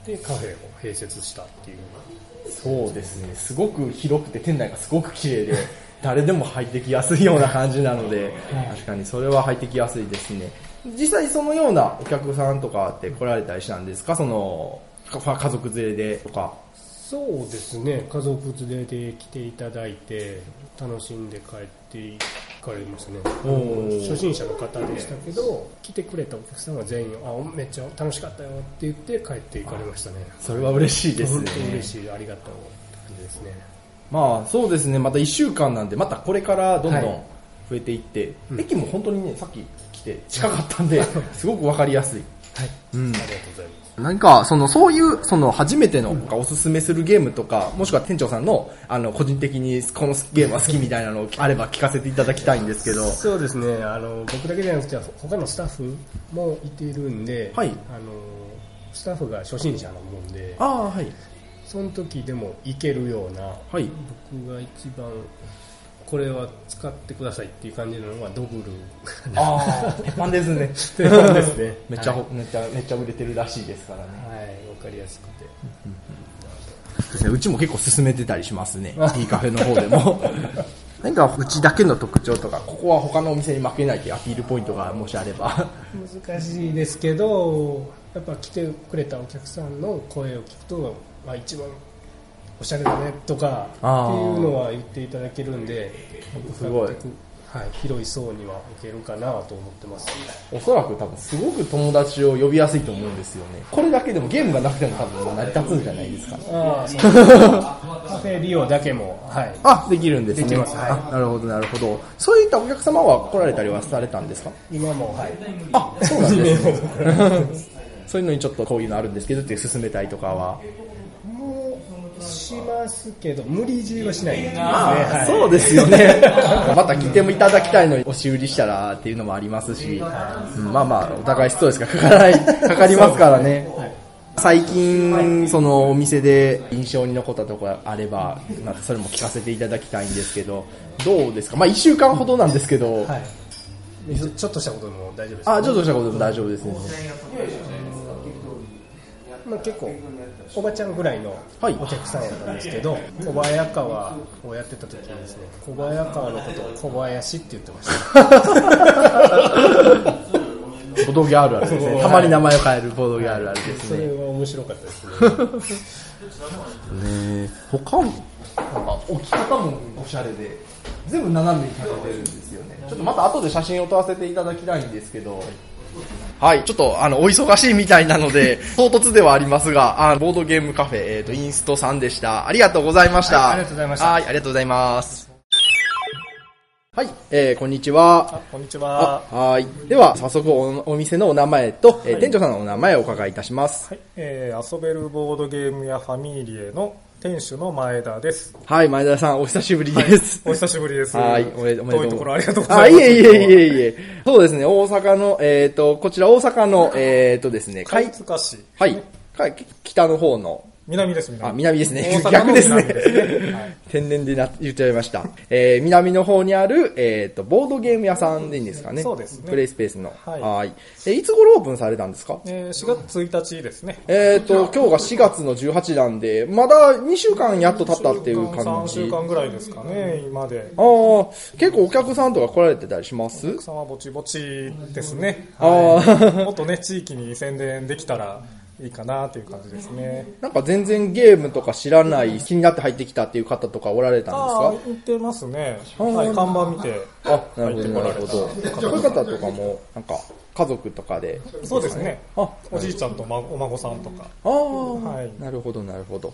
S7: でカフェを併設したっていう
S2: そうですねすごく広くて店内がすごく綺麗で誰でも入ってきやすいような感じなので確かにそれは入ってきやすいですね実際そのようなお客さんとかって来られたりしたんですかそのか家族連れでとか
S7: そうですね家族連れで来ていただいて楽しんで帰っていかれましたね
S2: ー
S7: 初心者の方でしたけど来てくれたお客さんは全員あめっちゃ楽しかったよって言って帰っていかれましたね
S2: それは嬉しいです
S7: 本
S2: ね
S7: 当に嬉しいありがとうって感じですね
S2: まあそうですねまた1週間なんでまたこれからどんど
S7: は
S2: ん
S7: い
S2: 増えていって、駅も本当にね、さっき来て近かったん で、すごくわかりやすい。うん。
S7: りがとうございます。
S2: なんか、その、そういう、その、初めての、なんかおすすめするゲームとか、もしくは店長さんの、あの、個人的に、このゲームは好きみたいなのを、あれば聞かせていただきたいんですけど、
S7: そうですねあの僕だけじゃなくて他のスタッフもいているんで、
S2: はい
S7: あのスタッフが初心者なもんで
S2: ああ、はい。
S7: その時でもいけるような
S2: はい。
S7: 僕が一番これは使ってくださいっていう感じなのはドブル
S2: ああ、鉄板ですね。
S7: 鉄 板ですね
S2: めっちゃ、めっちゃ、めっちゃ売れてるらしいですからね。
S7: はいわかりやすくて
S2: ですね。うちも結構進めてたりしますね。いいカフェの方でも。 何かうちだけの特徴とか、ここは他のお店に負けないというアピールポイントがもしあれば。
S7: 難しいですけどやっぱ来てくれたお客さんの声を聞くと、まあ、一番おしゃれだねとかっていう
S2: あー
S7: のは言っていただけるんです
S2: すごい
S7: はい、広い層にはいけるかなと思ってます
S2: おそらく多分すごく友達を呼びやすいと思うんですよね。これだけでもゲームがなくても多分成り立つんじゃないですか。
S7: ああそうカフェ利用だけもはい
S2: あ、できるんですね。
S7: できますはい
S2: あなるほど、なるほど。そういったお客様は来られたりはされたんですか
S7: 今もはい
S2: あ、そうなんですね。 そういうのにちょっとこういうのあるんですけどって進めたりとかは。
S7: もうしますけど無理強いはしないですね、
S2: あ
S7: はい
S2: そうですよね。 また来てもいただきたいのに押し売りしたらっていうのもありますし、うんまあまあ、お互いストレスがかから ない、かかりますからね。最近、そのお店で印象に残ったところあれば、またそれも聞かせていただきたいんですけど、どうですかまあ一週間ほどなんですけど、
S7: はいちょちょっとしたことでも大丈夫ですか
S2: あ、ちょっとしたことでも大丈夫 ですね。
S7: まあ、結構おばちゃんぐらいの
S2: はい
S7: お客さんやったんですけど、小早川をやってた時にですね小早川のことを小林って言ってました
S2: ボドゲあるあるですね。たまに名前を変えるボドゲあるあるです
S7: それ
S2: ね。
S7: は面白かったですね
S2: ね他も、なんか置き方もおしゃれで、全部斜めに立ててるんですよね。ちょっとまた後で写真を撮らせていただきたいんですけど。はい、ちょっと、あの、お忙しいみたいなの で、唐突ではありますが、あボードゲームカフェ、えっ、と、インストさんでした。ありがとうございました。
S7: はいありがとうございました
S2: はい、ありがとうございます。はい、えー、こんにちは。
S7: こんにち
S2: あ
S7: は、
S2: はい。では、早速お、お店のお名前と、えー店長さんのお名前をお伺いいたします。
S8: はい、えー遊べるボードゲームやファミリエの店主の前田です。
S2: はい、前田さん、お久しぶりです。
S8: お久しぶりです。
S2: はい、おめでおめでとう。
S8: 遠いところありがとうございます。
S2: あ、いえいえいえいえ。そうですね、大阪の、えっ、と、こちら大阪の、えっ、とですね、
S8: 貝
S2: 海
S8: 塚市。
S2: はい、海北の方の、
S8: 南です、南。
S2: あ、南ですね。
S8: 大阪
S2: 逆
S8: の
S2: ですね
S8: 南ですね。はい。
S2: 天然でな、言っちゃいました。えー、南の方にある、えっ、と、ボードゲーム屋さんでいいんですかね。
S8: そうですね
S2: プレイスペースの。は。
S8: はいい
S2: い。え、いつ頃オープンされたんですか
S8: えー4月1日ですね。
S2: えっ、と、今日が4月の18なんで、まだ2週間やっと経ったっていう感
S8: 3
S2: じ。
S8: 週間ぐらいですかね、今で。
S2: ああ、結構お客さんとか来られてたりします
S8: さはぼちぼちですね。
S2: あ
S8: はい、もっとね、地域に宣伝できたらいいかなという感じですね。
S2: なんか全然ゲームとか知らない、気になって入ってきたっていう方とかおられた
S8: ああ
S2: んで、
S8: 行ってますね。
S2: あー
S8: はい、看板見て。
S2: すかあ、なるほど、
S8: 入ってこ
S2: な
S8: ら
S2: る
S8: れた
S2: ほど。そういう方とかも、なんか、家族とかで。
S8: そうですね。
S2: あ
S8: おじいちゃんとまお孫さんとか。
S2: ああ、
S8: はい
S2: なるほど、なるほど。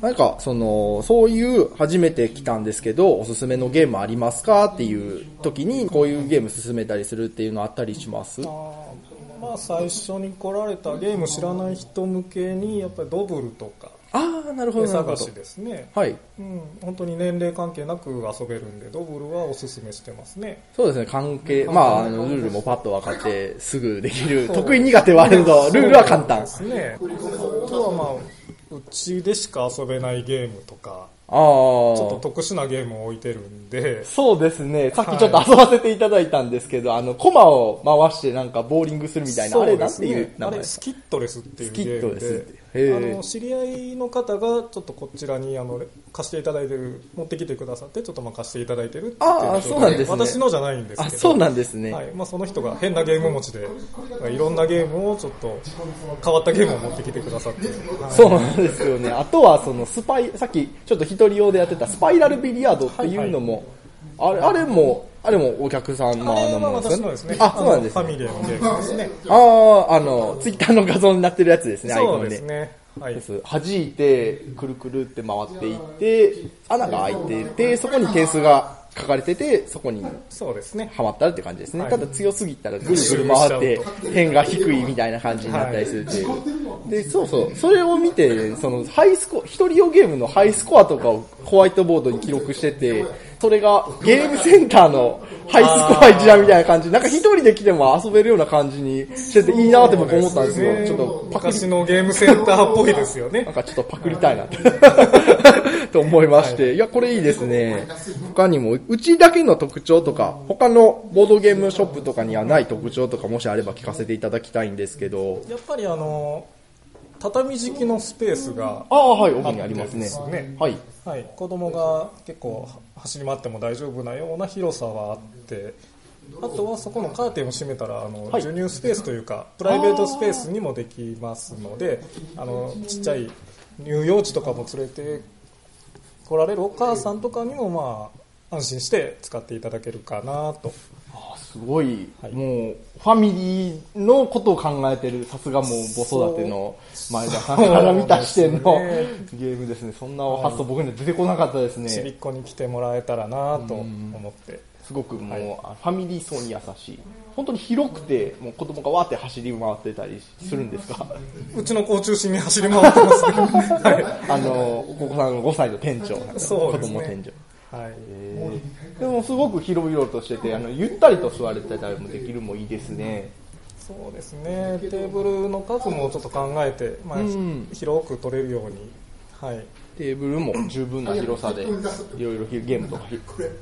S2: なんか、その、そういう、初めて来たんですけど、おすすめのゲームありますかっていう時に、こういうゲーム進めたりするっていうのあったりしますあ
S8: あーまあ最初に来られたゲーム知らない人向けにやっぱりドブルとか
S2: あ、なるほ
S8: 手
S2: ど、なるほ
S8: 探し
S2: ど。
S8: ですね、
S2: はい。
S8: うん、本当に年齢関係なく遊べるんでドブルはおすすめしてますね
S2: そうですね、関係、まあ、あの、ルールもパッと分かって、すぐできる。得意苦手はあるけど、ルールは簡単
S8: で。すねあとはまあうちでしか遊べないゲームとか
S2: ああ。
S8: ちょっと特殊なゲームを置いてるんで
S2: そうですね。さっきちょっと遊ばせていただいたんですけど、あの、コマを回してなんかボーリングするみたいな、あれ
S8: で
S2: なん
S8: す
S2: ていう名
S8: あ
S2: 前
S8: れ
S2: です
S8: ス
S2: か
S8: キットレスっていうゲーム
S2: スキット
S8: で
S2: レスってへー
S8: あの知り合いの方がちょっとこちらにあの貸していただいてる持ってきてくださってちょっとまあ貸していただいてるっていう
S2: あーそうなんですね
S8: 私のじゃないんですけ
S2: あ、
S8: ど
S2: そうなんですね。
S8: はいまあ、その人が変なゲーム持ちでいろんなゲームをちょっと変わったゲームを持ってきてくださって、はい
S2: そうなんですよね。あとはそのスパイ、さっきちょっと一人用でやってたスパイラルビリヤードっていうのも、あれ、あれも、あれもお客さんの
S8: あれ
S2: あ
S8: は
S2: の
S8: まあ
S2: もの
S8: 私のですね
S2: あ、そうなんです
S8: あのファ
S2: ね。
S8: ミリーのゲームですね
S2: ああ、あの、ツイッターの画像になってるやつですね、アイコ
S8: そ
S2: ンで。
S8: うですねはい
S2: です弾いて、くるくるって回っていって、穴が開いていて、そこに点数が書かれてて、そこに
S8: そうですね。
S2: ハマったらって感じですね。
S8: はい
S2: ただ強すぎたらぐるぐる回って
S8: ぐるぐるし、
S2: 点が低いみたいな感じになったりするっていう。で、そうそう。それを見て、その、ハイスコア、一人用ゲームのハイスコアとかをホワイトボードに記録してて、それがゲームセンターのハイスコア一覧みたいな感じ、なんか一人で来ても遊べるような感じにしてていいなって僕思ったんですよ。ちょっとパクリ
S8: 昔のゲームセンターっぽいですよね
S2: な。んかちょっとパクりたいなってと思いまして、いや、これいいですね。他にも、うちだけの特徴とか、他のボードゲームショップとかにはない特徴とか、もしあれば聞かせていただきたいんですけど、
S8: やっぱりあの、畳敷きのスペースが、
S2: ああ、はい、奥にありますね
S8: あってですね。
S2: はい。
S8: はい、子供が結構は走り回っても大丈夫なような広さはあってあとはそこのカーテンを閉めたらあの、
S2: はい
S8: 授乳スペースというかプライベートスペースにもできますのであのちっちゃい乳幼児とかも連れて来られるお母さんとかにも、まあ、安心して使っていただけるかなと
S2: あすごい、
S8: はい
S2: もう、ファミリーのことを考えてる、さすがもう、子育ての前田さんから見た視点の
S8: そうで
S2: ゲームですね。そんな発想僕には出てこなかったですね。
S8: ちびっこに来てもらえたらなと思って。
S2: すごくもう、あファミリー層に優しい。本当に広くて、もう子供がわーって走り回ってたりするんですか
S8: うちの子を中心に走り回ってますね。 は
S2: あの、お子さん5歳の店長、
S8: そう
S2: 子
S8: ですね
S2: 供店長。
S8: い。はい。
S2: えーでもすごく広々としてて、あの、ゆったりと座れてたりもできるもいいですね。
S8: そうですね、テーブルの数もちょっと考えて、まあ
S2: うん
S8: 広く取れるように、 はい、
S2: テーブルも十分な広さで、いろいろゲームとか、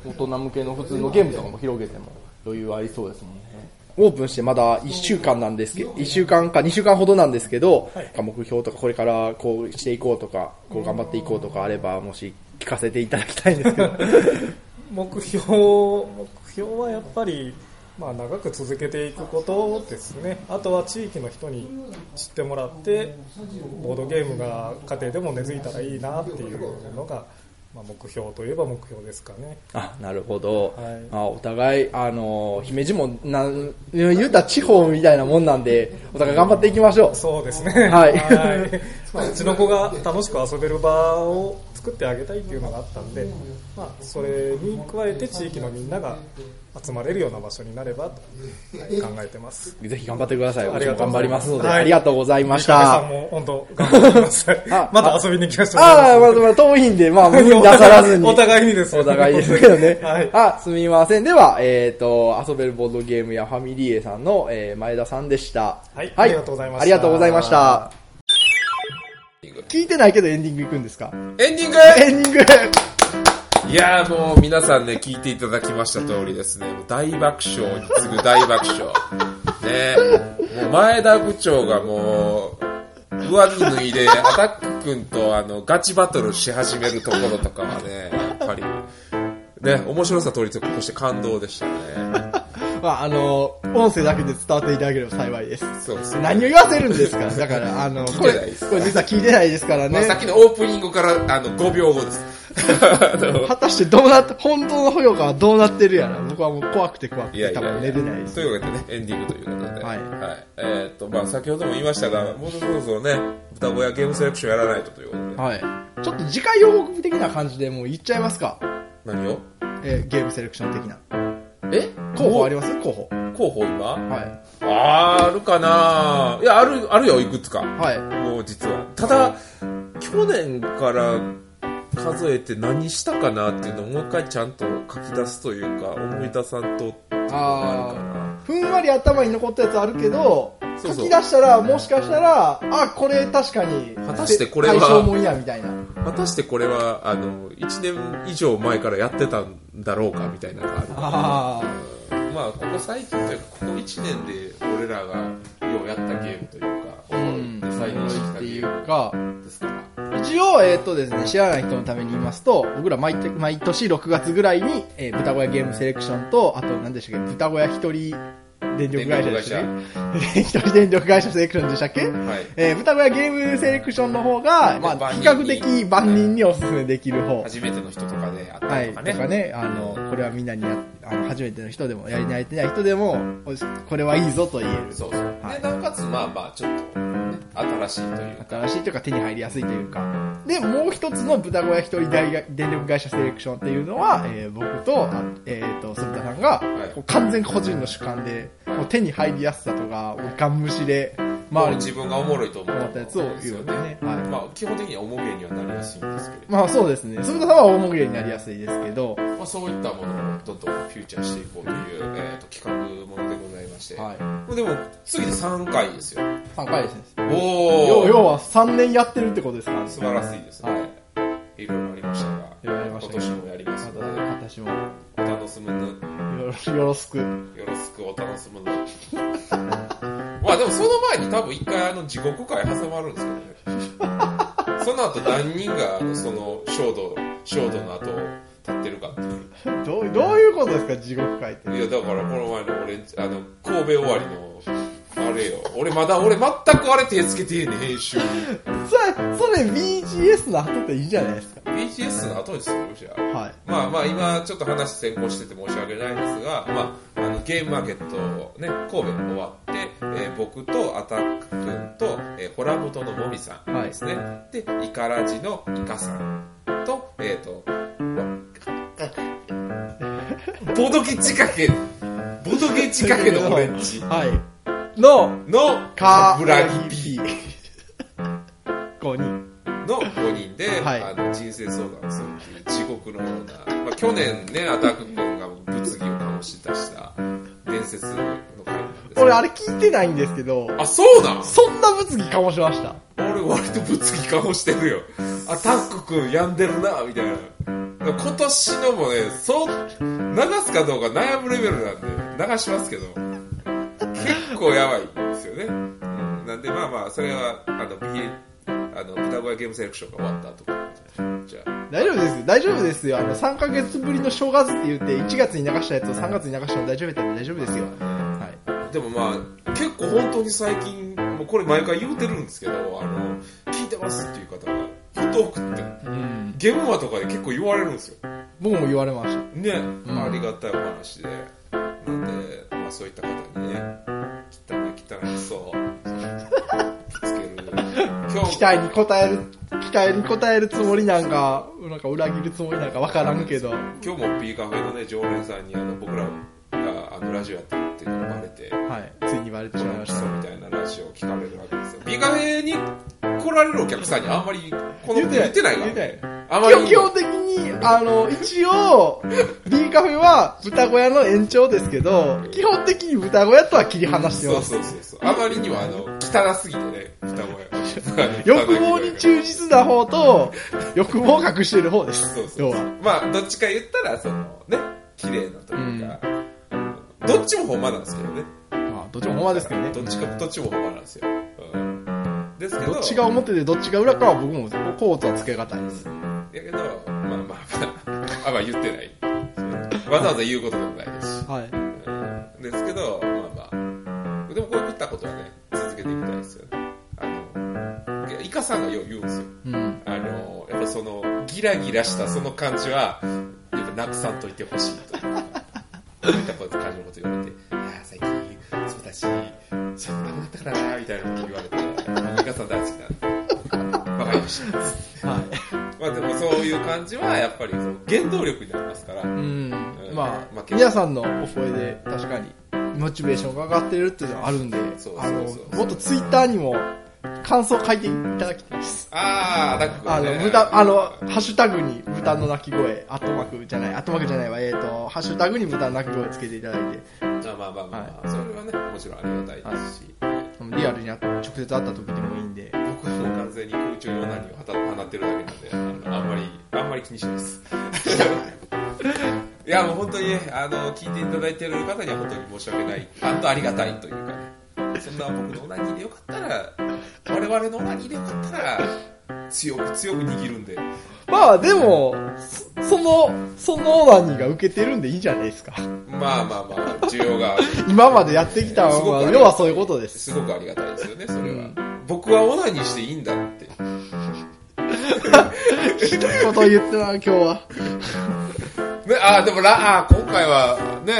S2: 大人向けの普通のゲームとかも広げても余裕ありそうですもんね。オープンしてまだ1週間なんですけど、1週間か2週間ほどなんですけど、目標とかこれからこうしていこうとか、こう頑張っていこうとかあれば、もし聞かせていただきたいんですけど。
S8: 目標、目標はやっぱり、まあ、長く続けていくことですね、あとは地域の人に知ってもらって、ボードゲームが家庭でも根付いたらいいなっていうのが、まあ、目標といえば目標ですかね。
S2: あ、なるほど。
S8: はい
S2: あお互い、あの、姫路も、なん、言うたら地方みたいなもんなんで、お互い頑張っていきましょう。
S8: そうですね。
S2: はい
S8: まあ、うちの子が楽しく遊べる場を作ってあげたいっていうのがあったんで、まあ、それに加えて地域のみんなが集まれるような場所になればと考えてます。
S2: ぜひ頑張ってください。
S8: ありがとう
S2: 私も頑
S8: ござ
S2: 張
S8: い
S2: り
S8: ま
S2: ますすので、
S8: はい
S2: ありがとうございまし
S8: 皆
S2: た
S8: さん。も本当頑張ってください
S2: あ。
S8: また遊びに来ましょう。
S2: ああ、 まあまあ、遠いんで、まあ、無理に出さら ずに。
S8: お互いにで す。
S2: お互いですけどね
S8: はい。
S2: あ、すみません。では、えっ、と、遊べるボードゲームやファミリーエさんの、えー前田さんでした。
S8: はいありがとうございました
S2: ありがとうございました。聞いてないけどエンディングいくんですか
S1: エンディング
S2: エンディング
S1: いやーもう皆さんね、聞いていただきました通りですね、もう大爆笑に次ぐ大爆笑。ねもう前田部長がもう、上着脱いで、アタック君とあの、ガチバトルし始めるところとかはね、やっぱり、ね、面白さ通りと越して感動でしたね。
S2: まあ、あの、音声だけで伝わっていただければ幸いです。
S1: そうですね。
S2: 何を言わせるんですかだから、あの、こ
S1: てな
S2: れ、こ
S1: い
S2: れ
S1: です
S2: 実は聞いてないですから
S1: まあ、
S2: ね
S1: さっ。きのオープニングから、あの、5秒後です。 あの
S2: 果たしてどうなって、本当の保養かはどうなってるやら、僕はもう怖くて怖く
S1: いや
S2: て
S1: い
S2: 多
S1: や
S2: 分寝れないです
S1: と。いうわけでね、エンディングということで。
S2: はい
S1: えーっと、まあ、先ほども言いましたが、もうそろそろね、歌声やゲームセレクションやらないとということで。
S2: はい。ちょっと次回予告的な感じでもう言っちゃいますか。
S1: 何を
S2: えーゲームセレクション的な。
S1: え
S2: 候補あります候補。
S1: 候補今
S2: は
S1: あーあるかないや、ある、あるよ、いくつか。
S2: い。は
S1: もう実は。ただ、去年から数えて何したかなっていうのをもう一回ちゃんと書き出すというか、思い出さんとっていうのがあるか
S2: い。ふんわり頭に残ったやつあるけど、
S1: そうそう
S2: 書き出したら、もしかしたら、あ、これ確かに、
S1: 果たしてこれは
S2: 対象もいや、みたいな。
S1: な。果たしてこれは、あの、1年以上前からやってたんだろうか、みたいなのがあるから。
S2: あ
S1: まあ、ここ最近というか、ここ1年で俺らがようやったゲームというか、
S2: あ。う
S1: 思い
S2: ん。
S1: 出
S2: っ
S1: 再現してきた
S2: て
S1: ゲ
S2: い
S1: ー
S2: うか、
S1: ムですから。
S2: 一応、えっ、とですね、知らない人のために言いますと、僕ら毎て毎年6月ぐらいに、えー豚小屋ゲームセレクションと、あと何でしたっけ、豚小屋一人電力会社でしたね。一人電力会社セレクションでしたっけ、
S1: はい。
S2: えー豚小屋ゲームセレクションの方が、まあ、
S1: 万人
S2: 比
S1: に
S2: 較的万人におすすめできる方。
S1: 初めての人とかであった
S2: は
S1: りと
S2: い。
S1: か
S2: と
S1: ね。
S2: かね、あの、これはみんなにや、あの、初めての人でも、やり慣れてない人でも、おしこれはいいぞと言える。
S1: そうそう。
S2: はい
S1: で、なおかつ、まあまあ、ちょっと、ね、新しいという。
S2: 新しいというか手に入りやすいというか。で、もう一つの豚小屋一人大が電力会社セレクションっていうのは、えー僕と、あえっ、と、鈴田さんが、
S1: い
S2: こう完全個人の主観で、もう手に入りやすさとか、もうガン無視で、
S1: まあ、
S2: 周り
S1: 自分がおもろいと思
S2: に思
S1: っ
S2: ったたやつを言うんでね。はい。
S1: まあ、基本的にはおもげにはなりやすいんですけれど、
S2: まあそうですね。鈴田さんは大もぐれになりやすいですけど、
S1: まあ、そういったものをどんどんフューチャーしていこうという、えー、と企画ものでございまして、
S2: は
S1: でも次で3回ですよ
S2: い。3回ですね。
S1: お
S2: 要
S1: お
S2: 要は3年やってるってことですからね
S1: 素晴らしいですね、い、ろいろありましたが
S2: いろいろありました
S1: 今
S2: けど
S1: 年もやりますので、
S2: 私もよ
S1: お楽しみに
S2: ろよろしく。
S1: よろしくお楽しみに まあでもその前に多分一回あの地獄会挟まるんですけどねその後何人があのその衝動衝動の後を立ってるかっていう
S2: どうどういうことですか、地獄会って。
S1: いや、だから、この前の俺んち、あの、神戸終わりの、あれよ。俺まだ、俺全くあれ手つけてへんねん、編集に。
S2: それ、それ BGS の後でいいんじゃないですか。
S1: BGS の後にするじゃん。
S2: はい。
S1: まあまあ、今、ちょっと話先行してて申し訳ないですが、まあ、あの、ゲームマーケット、ね、神戸終わって、えー僕とアタック君と、えーホラボトのモミさんですね。で、イカラジのイカさんと、えっ、と、ボドゲ仕掛け、ボドゲ仕掛けの俺ん ち。
S2: はい。の、
S1: の、
S2: カ
S1: ブラギピ
S2: ー。ここに。
S1: の5人で、
S2: はい
S1: あの人生相談をするっていう地獄のような、まあ、去年ね、アタック君が物議を直し出した伝説の回なんですけど
S2: 俺あれ聞いてないんですけど、
S1: あ、そうなん
S2: そんな物議かもしました。
S1: 俺割と物議かもしてるよ。アタック君病んでるな、みたいな。今年のもね、そう、流すかどうか悩むレベルなんで、流しますけど、結構やばいんですよね。うんなんで、まあまあ、それは、あの、BA、あの、豚小屋ゲームセレクションが終わった後じゃあ。
S2: 大丈夫ですよ、大丈夫ですよ。あの、3ヶ月ぶりの正月って言って、1月に流したやつを3月に流したの大丈夫だったんで大丈夫ですよ。はい。
S1: でもまあ、結構本当に最近、もうこれ毎回言うてるんですけど、あの、聞いてますっていう方が、不動くって、ゲームマとかで結構言われるんですよ。
S2: 僕も言われました。
S1: ね、ありがたいお話で。なんで、まあそういった方にね、汚い汚いそう、つける。今
S2: 期待に応える、期待に応えるつもりなんか、なんか裏切るつもりなんかわからんけど。は
S1: 今日も P カフェのね、常連さんにあの僕らがあのラジオやってるっていうのがバレて、
S2: い。ついに言われてしまいま
S1: 基
S2: した。
S1: 礎みたいなラジオを聞かれるわけですよ。ビカフェに来られるお客さんにあんまりこの
S2: 言
S1: 言
S2: っ
S1: って
S2: ない
S1: てないか
S2: 言
S1: ら、
S2: ってな
S1: あまりにも
S2: 基本的に、あの、一応、B カフェは豚小屋の延長ですけど、基本的に豚小屋とは切り離して
S1: そ
S2: ま
S1: う
S2: す。
S1: そうそうそう。あまりにもあの、汚すぎて ね、双子が
S2: 欲望に忠実な方と、欲望を隠してる方です。
S1: そうそう
S2: 要
S1: そう
S2: は。
S1: まあ、どっちか言ったら、その、ね、綺麗なというか、どっちもほんまなんですけどね。
S2: まあ、どっちもほんまですけどね。
S1: どっちか、どっちもほんまなんですよ。うんですけど、
S2: どっちが表でどっちが裏かは僕もコーツはつけがたいです。
S1: やけど、まあまあまあ、あんま言ってない。わざわざ言うことでもないですし。
S2: はい。
S1: ですけど、まあまあ。でもこういったことはね、続けていきたいですよね。あの、いやイカさんがよう言うんですよ。
S2: うん。
S1: あの、やっぱその、ギラギラしたその感じは、やっぱなくさんといてほしいと。そういったこと感じのこと言われて、いやー、最近、そうだし、そんなことだったからな、みたいなこと言われて、イカさん大好きなんで。わかりました。まあでもそういう感じは、やっぱりその原動力になりますから。
S2: うん。ま
S1: まあ
S2: あ、皆さんのお声で確かに、モチベーションが上がってるっていうのはあるんで
S1: そう、
S2: あの
S1: そうそう、そう
S2: もっとツイッターにも感想書いていただきたいです。
S1: あー、だっこ、ね、
S2: あの、豚、あの、ハッシュタグに豚の鳴き声、後幕じゃない、後幕じゃないわ、えっ、と、ハッシュタグに豚の鳴き声つけていただいて、
S1: まあまあまあまあ、それはね、もちろんありがたいですし、
S2: リアルにあ直接会った時でもいいんで、
S1: 僕はもう完全に空中にオナニーを放放ってるだけなんで、あのあんまり、あんまり気にしない です。いや、もう本当にね、あの、聞いていただいてる方には本当に申し訳ない、あんとありがたいというかね、そんな僕のオナニーでよかったら、我々のオナニーでよかったら、強く強く握るんで、
S2: まあでも、そその、そのオナニーが受けてるんでいいんじゃないですか。
S1: まあまあまあ、需要がある。
S2: 今までやってきた
S1: す
S2: の
S1: ごくあ
S2: は、
S1: り
S2: 要はそういうことです。
S1: すごくありがたいですよね、それは。
S2: うん
S1: 僕はオナニーしていいんだって。
S2: ひどいこと言ってたな、今日は。
S1: ね、あーでもラ、あー今回は、ね、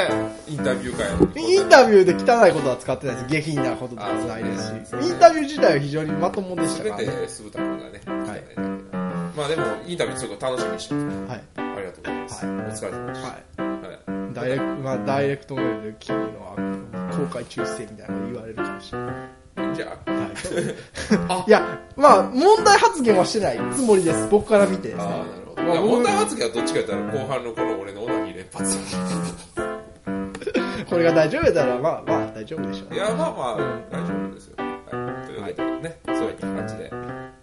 S1: インタビュー会
S2: インタビューで汚いことは使ってないです。下品なこととかないです
S1: あそ
S2: し
S1: う、ね
S2: インタビュー自体は非常にまともでした
S1: す
S2: か
S1: べ
S2: ら、ね。
S1: て酢豚君がね、来てないんだけどまあでも、インタビューすごく楽しみにしてます
S2: はい。
S1: ありがとうございます。
S2: はい
S1: お疲れ様でした。
S2: はい。
S1: はい
S2: ダイレクト、まあ、ダイレクトメールで君のは公開中止みたいなの言われるかもしれない。
S1: じゃ
S2: いや、まあ、問題発言はしてないつもりです。僕から見てです
S1: あ、
S2: ね。
S1: ああ、なるほど。いや、問題発言はどっちか言ったら、後半のこの俺のオナニー連 発。
S2: これが大丈夫だったら、まあ、まあ、大丈夫でしょう
S1: い。や、まあまあ、大丈夫ですよ。はい。ということでね、そういった感じで、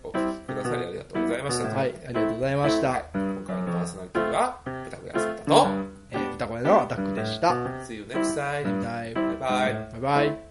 S1: お聞きくださりありがとうございました。
S2: はい、ありがとうございました。
S1: 今回のパーソナリティは、ペタクヤスタと、
S2: えー、豚小屋のアタックでした。
S1: See you next time.
S2: バイ
S1: バイバイ。
S2: バイ。